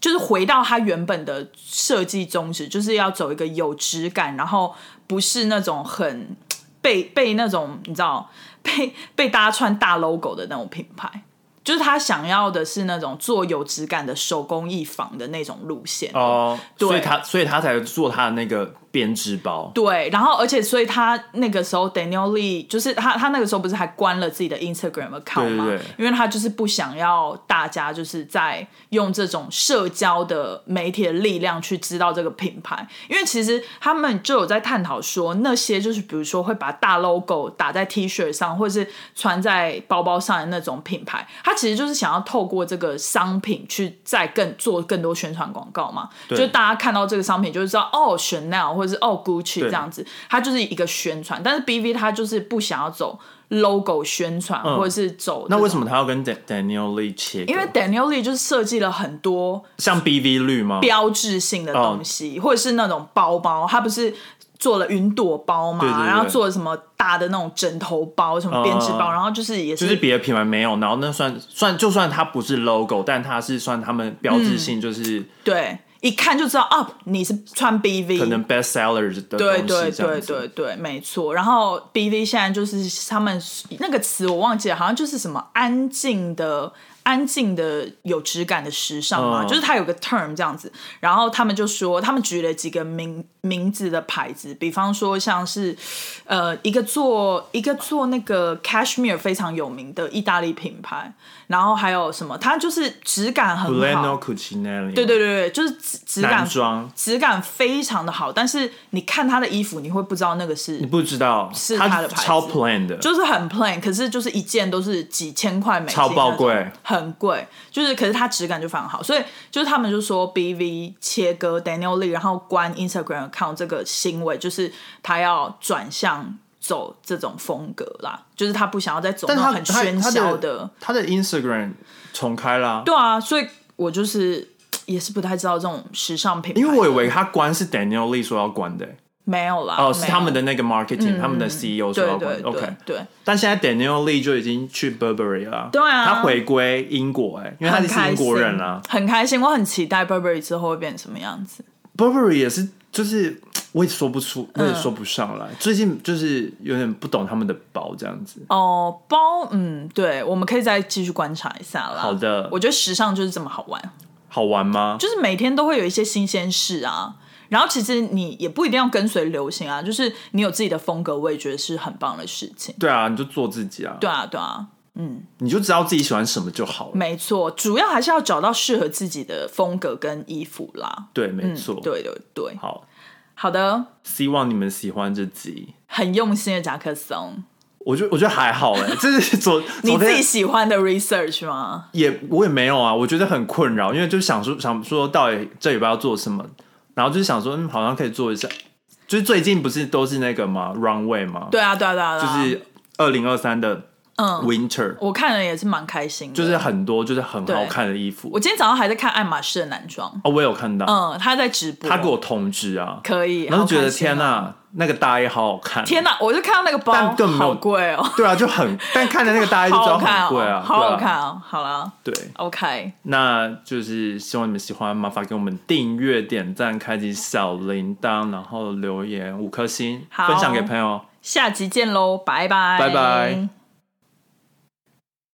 B: 就是回到它原本的设计宗旨，就是要走一个有质感，然后不是那种很被被那种你知道被被大家穿大 logo 的那种品牌。就是他想要的是那种做有质感的手工艺坊的那种路线
A: 哦，
B: 对
A: 所以他所以他才做他的那个编织包，
B: 对，然后而且所以他那个时候 Daniel Lee 就是他他那个时候不是还关了自己的 Instagram account 吗？
A: 对对对
B: 因为他就是不想要大家就是在用这种社交的媒体的力量去知道这个品牌，因为其实他们就有在探讨说那些就是比如说会把大 logo 打在 T 恤上或者是穿在包包上的那种品牌，他其实就是想要透过这个商品去再更做更多宣传广告嘛，
A: 对
B: 就大家看到这个商品就是知道哦 Chanel 或者是哦 Gucci 这样子，它就是一个宣传，但是 BV 它就是不想要走 logo 宣传、
A: 嗯
B: 或者是走
A: 那为什
B: 么？
A: 么他要跟 Dan- Daniel Lee 切割？
B: 因为 Daniel Lee 就是设计了很多
A: 像 BV 绿吗？
B: 标志性的东
A: 哦
B: 西，或者是那种包包，它不是做了云朵包嘛，
A: 对对对
B: 然后做了什么大的那种枕头包、什么编织包，
A: 嗯
B: 然后就是也
A: 就是别的品牌没有，然后那算算就算它不是 logo，但它是算他们标志
B: 嗯
A: 性，就是
B: 对，一看就知道啊，你是穿 BV，
A: 可能 best seller 的东
B: 对
A: 西这
B: 对
A: 样
B: 对
A: 子
B: 对对，没错。然后 BV 现在就是他们那个词我忘记了，好像就是什么安静的、安静的、有质感的时尚嘛，
A: 嗯
B: 就是它有个 term 这样子。然后他们就说，他们举了几个名名字的牌子，比方说像是呃一个做一个做那个 cashmere 非常有名的意大利品牌，然后还有什么，它就是质感很
A: b l e n o
B: 好。
A: Cucinelli，
B: 对对对对，就是质质感
A: 男装，
B: 质感非常的好，但是你看他的衣服，你会不知道那个是
A: 你，不知道
B: 是
A: 它
B: 它的牌子
A: 超 plain 的，
B: 就是很 plain，可是就是一件都是几千块美金，
A: 超爆贵，
B: 很贵，就是可是它质感就非常好，所以就是他们就说 BV 切割 Daniel Lee，然后关 Instagram account 这个行为，就是他要转向走这种风格啦，就是他不想要再走那
A: 但
B: 种
A: 它
B: 很
A: 它
B: 喧
A: 它
B: 嚣
A: 的它的 Instagram 重开啦，
B: 对啊，所以我就是。也是不太知道这种时尚品牌，
A: 因为我以为它关是 Daniel Lee 说要关的、
B: 没有啦，
A: 哦，是
B: 没有嗯
A: 他们的那个 marketing，、他们的 CEO 说
B: 对
A: 要关
B: 对对
A: OK，
B: 对，
A: 但现在 Daniel Lee 就已经去 Burberry 了，
B: 对啊
A: 他回归英国、哎，因为他
B: 很
A: 是
B: 开
A: 英
B: 心
A: 国人啊啦、
B: 很开心，我很期待 Burberry 之后会变成什么样子。
A: Burberry 也是，就是我也说不出，我
B: 嗯
A: 也说不上来。最近就是有点不懂他们的包这样子。
B: 哦，包，嗯，对，我们可以再继续观察一下啦。
A: 好的
B: 我觉得时尚就是这么好玩，
A: 好玩吗？
B: 就是每天都会有一些新鲜事啊。然后其实你也不一定要跟随流行啊，就是你有自己的风格，我也觉得是很棒的事情。
A: 对啊，你就做自己啊，
B: 对嗯啊，对啊，
A: 你就知道自己喜欢什么就好了。
B: 没错，主要还是要找到适合自己的风格跟衣服啦。
A: 对，没
B: 嗯
A: 错。，
B: 对对对，
A: 好，
B: 好的，
A: 希望你们喜欢这集。
B: 很用心的夹克松，
A: 我觉得我觉得还好 哎、这是昨
B: 你
A: 昨
B: 自己
A: 天
B: 喜欢的 research 吗？
A: 也我也没有啊，我觉得很困扰，因为就想说想说到底这礼拜要做什么，然后就是想说嗯，好像可以做一下，就是最近不是都是那个吗？Runway 吗？
B: 对啊，对啊，对啊，对
A: 就
B: 啊
A: 是二零二三的
B: 嗯，
A: Winter，、
B: 我看了也是蛮开心的。
A: 就是很多就是很
B: 对
A: 好看的衣服
B: 我今天早上还在看爱马仕的男装，
A: 哦，我有看到，
B: 嗯，他在直播，
A: 他给我通知啊，
B: 可以，
A: 然后就觉
B: 好
A: 得
B: 开心
A: 天
B: 哦，
A: 呐，那个大衣好好看，
B: 天哪，我就看到那个包
A: 但根本没有
B: 好贵哦，
A: 对啊，就很，但看着那个大衣就知
B: 好
A: 道
B: 好看
A: 很
B: 哦，
A: 贵啊，
B: 好好
A: 对啊
B: 看哦，好啦
A: 对，
B: o k
A: 那就是希望你们喜欢，麻烦给我们订阅、点赞、开启小铃铛，然后留言五颗星，
B: 好
A: 分享给朋友。
B: 下集见喽，拜拜，
A: 拜拜。